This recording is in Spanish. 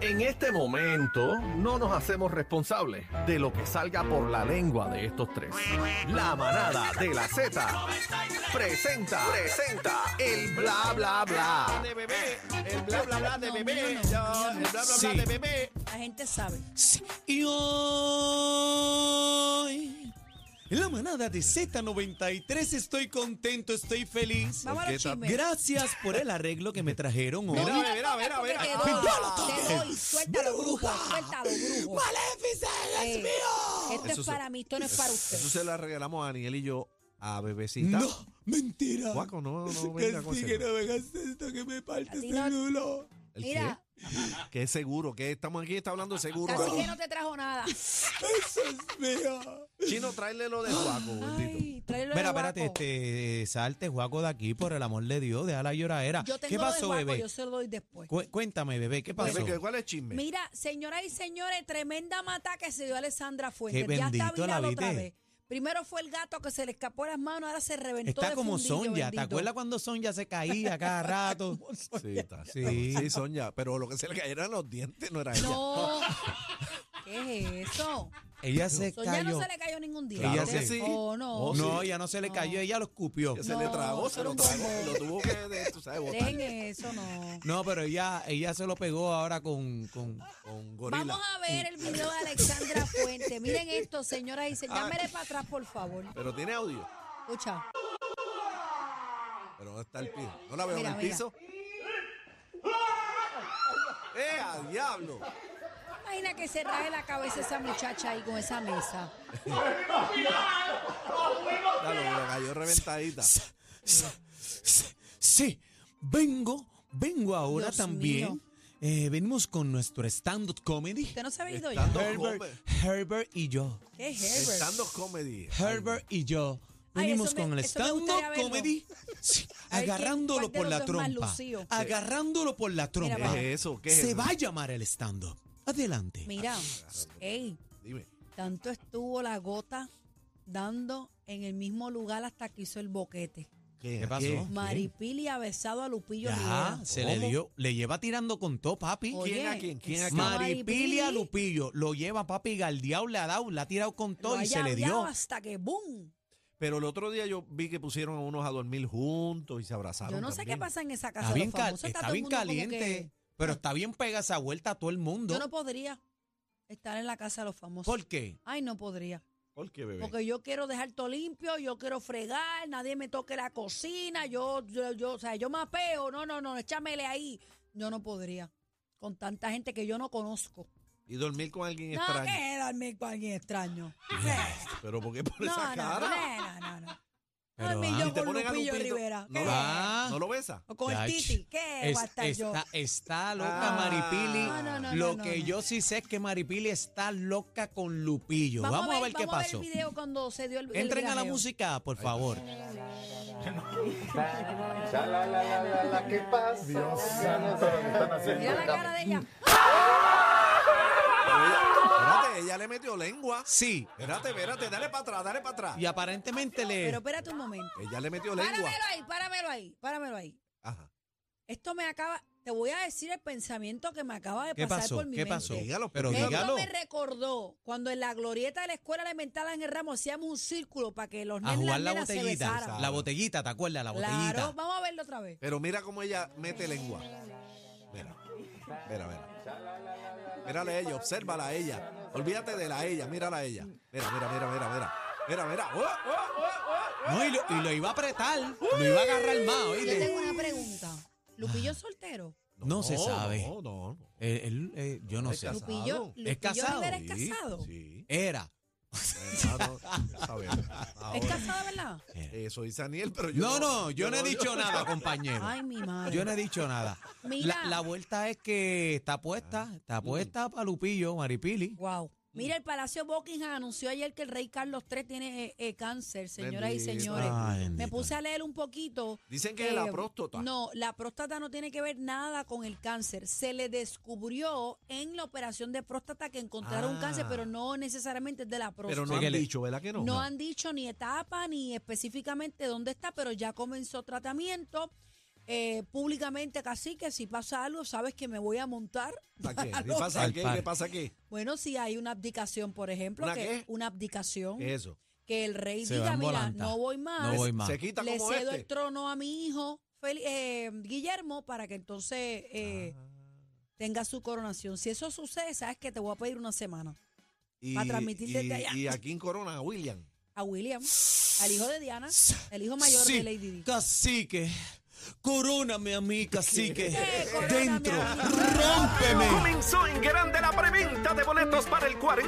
En este momento no nos hacemos responsables de lo que salga por la lengua de estos tres. La manada de la Z presenta, presenta el bla bla bla. de bebé, el bla bla bla de No, bebé, mío no, ya, mío el no. bla bla Sí. bla de bebé. La gente sabe. Sí, Y hoy, en la manada de Z93, estoy contento, estoy feliz. Vamos a los chismes. Gracias por el arreglo que me trajeron hoy. no, Mira, no mira, toques mira, porque mira. te Ah, doy, ya lo te toqué. doy. Suéltalo, brujo. Suéltalo, brujo. ¡Maleficent es Eh, mío! Esto es para mí, esto no es para usted. Eso se lo regalamos a Aniel y yo a bebecita. No, mentira. Guaco, no, no venga con Así que no ese. me hagas esto que me A parte ti este no- nulo. ¿El Mira, qué? ¿Qué es seguro? ¿Qué estamos aquí? Está hablando de seguro. casi que ahora. no te trajo nada. Eso es mío. Chino, tráele lo de Guaco, bendito. Ay, tráelo de Espera, guaco. espérate, este, salte, Juaco, de aquí, por el amor de Dios, deja la lloradera. Yo tengo ¿Qué lo de pasó, guaco, bebé? yo se lo doy después. Cu- cuéntame, bebé, ¿qué pasó? Bebé, ¿qué- ¿Cuál es el chisme? Mira, señoras y señores, tremenda mata que se dio Alessandra Fuentes. Qué ya está bendito, la viral otra viste. vez. Primero fue el gato que se le escapó de las manos, ahora se reventó Está de como fundillo, Sonja, ¿te bendito. acuerdas cuando Sonja se caía cada rato? Sí, está. Sí. Sí, Sonia. Pero lo que se le cayeron los dientes no era ella. No. ¿Qué es eso? Ella se Sonia cayó. no se le cayó ningún día. Claro Claro Ella que se- sí. Oh, no. Oh, sí. No, ella no se le cayó, ella lo escupió. Que se le No, tragó, se lo pero tragó. ¿cómo? Lo tuvo que, de- tú sabes, botar. Dejen eso, no. No, pero ella, ella se lo pegó ahora con, con- Con gorila. Vamos a ver el video de Alexandra Fuente. Miren esto, señoras y señores. Ah. Dámele para atrás, por favor. Pero tiene audio. Escucha. Pero ¿dónde está el piso? No la veo Mira, en el mira. piso. ¡Eh, al diablo! Imagina que se raje la cabeza esa muchacha ahí con esa mesa. Claro, me cayó reventadita. Sí, vengo, vengo ahora Dios mío. también. Eh, venimos con nuestro stand-up comedy. ¿Usted no se ha ido ya? Estando Herbert, come- Herbert y yo. ¿Qué es Herbert? Estando comedy. Herbert y yo Ay, venimos eso me- con el eso me stand gustaría verlo. comedy sí, A ver quién- agarrándolo cuál de por los la dos es más trompa. lucido. Agarrándolo por la Mira, trompa. vamos. ¿Qué es eso? ¿Qué es Se eso? va a llamar el stand up. Adelante. Mira. Ey, Dime. tanto estuvo la gota dando en el mismo lugar hasta que hizo el boquete. ¿Qué pasó? ¿Quién? Maripili ha besado a Lupillo Ya, Rivera. se ¿Cómo? le dio, le lleva tirando con todo, papi. Oye, ¿Quién a quién? ¿Quién a quién? Maripili a Maripili. Lupillo, lo lleva papi Galdiao, le ha dado, le ha tirado con Lo todo ha y se le llaveado dio. hasta que ¡boom! Pero el otro día yo vi que pusieron a unos a dormir juntos y se abrazaron. Yo no sé qué también. pasa en esa casa. Está de bien, los cal- famosos. está todo el bien mundo como caliente, que- pero está bien pega esa vuelta a todo el mundo. Yo no podría estar en la casa de los famosos. ¿Por qué? Ay, no podría. ¿Por qué, bebé? Porque yo quiero dejar todo limpio, yo quiero fregar, nadie me toque la cocina, yo, yo, yo, o sea, yo mapeo, no, no, no, échamele ahí. Yo no podría. Con tanta gente que yo no conozco. Y dormir con alguien No, extraño. que darme con alguien extraño. ¿Pero por qué por No, esa no, cara? no, no, no, no. Pero, Dormí ah, yo Si te con ponen a Lupillo Lupito, Rivera. no ¿qué? lo- Ah. ¿No lo besa? O con el Yach. Titi. ¿Qué? Es- voy a estar yo? está, está loca Ah. Maripili. No, no, no, Lo no, que no. yo sí sé es que Maripili está loca con Lupillo. Vamos, a ver, qué vamos pasó. a ver el video cuando se dio el el Entren a la grajeo. música, por favor. Mira la cara de Mm. ella. Ah. Pero ella- espérate, ella le metió lengua. Sí. Espérate, espérate, dale para atrás, dale para atrás. Y aparentemente le. Pero espérate un momento. Eh, Ella le metió lengua. Páramelo ahí, páramelo ahí, páramelo ahí. Ajá. Esto me acaba, te voy a decir el pensamiento que me acaba de ¿Qué pasar pasó? por mi ¿Qué mente. pasó? Dígalo, pero Esto dígalo. me recordó cuando en la glorieta de la escuela elemental Ángel Ramos hacíamos un círculo para que los nenes y A las jugar la nenas se botellita. besaran. La botellita, ¿te acuerdas? La botellita. Claro, vamos a verlo otra vez. Pero mira cómo ella mete lengua. Mira, mira, mira. Mírala a ella, obsérvala a ella. Olvídate de la ella, mírala a ella. Mira, mira, mira, mira, mira. Mira, mira. ¡Oh, oh, oh, No, y, lo, y lo iba a apretar. Lo iba a agarrar más, Yo oíste. tengo una pregunta. ¿Lupillo es soltero? oh! No se sabe. No, no, no. Eh, él, eh, yo no Es sé. casado. ¿Lupillo, ¿Es Lupillo casado? Rivera es Sí, casado? Sí. Era. Bueno, no, sabemos. ¿Es Ahora, casada, verdad? eso dice Aniel, pero yo. No, no, yo no he yo- dicho nada, compañero. Ay, mi madre. Yo no he dicho nada. Mira. La, la vuelta es que está puesta, Ah. está puesta para Lupillo, Maripili. Wow. Mira, Mm. el Palacio Buckingham anunció ayer que el rey Carlos III tiene eh, eh, cáncer, señoras y Bendito. señores. Ay, bendito. Me puse a leer un poquito. eh, Dicen que es la próstata. No, la próstata no tiene que ver nada con el cáncer. Se le descubrió en la operación de próstata que encontraron un Ah. cáncer, pero no necesariamente es de la próstata. Pero no Sí, que han le- dicho, ¿verdad que no? No, han dicho ni etapa ni específicamente dónde está, pero ya comenzó tratamiento. Eh, públicamente, casi que si pasa algo, sabes que me voy a montar. ¿Para qué? para ¿Qué los- pasa Al qué? par. ¿Qué pasa qué? Bueno, si hay una abdicación, por ejemplo, ¿Una que qué? Eh, una abdicación, ¿Qué es eso? que el rey Se va diga, en mira, volanta. no voy más, No voy más. Se quita le como cedo el este. trono a mi hijo Fel- eh, Guillermo para que entonces eh, tenga su coronación. Si eso sucede, sabes que te voy a pedir una semana Y, para transmitir desde allá. y, y aquí en Corona, a William. a William, al hijo de Diana, el hijo mayor Sí, de Lady Di. Cacique, coróname a mí, cacique. coróname a Dentro, mí. rómpeme. Comenzó en grande la preventa de boletos para el 40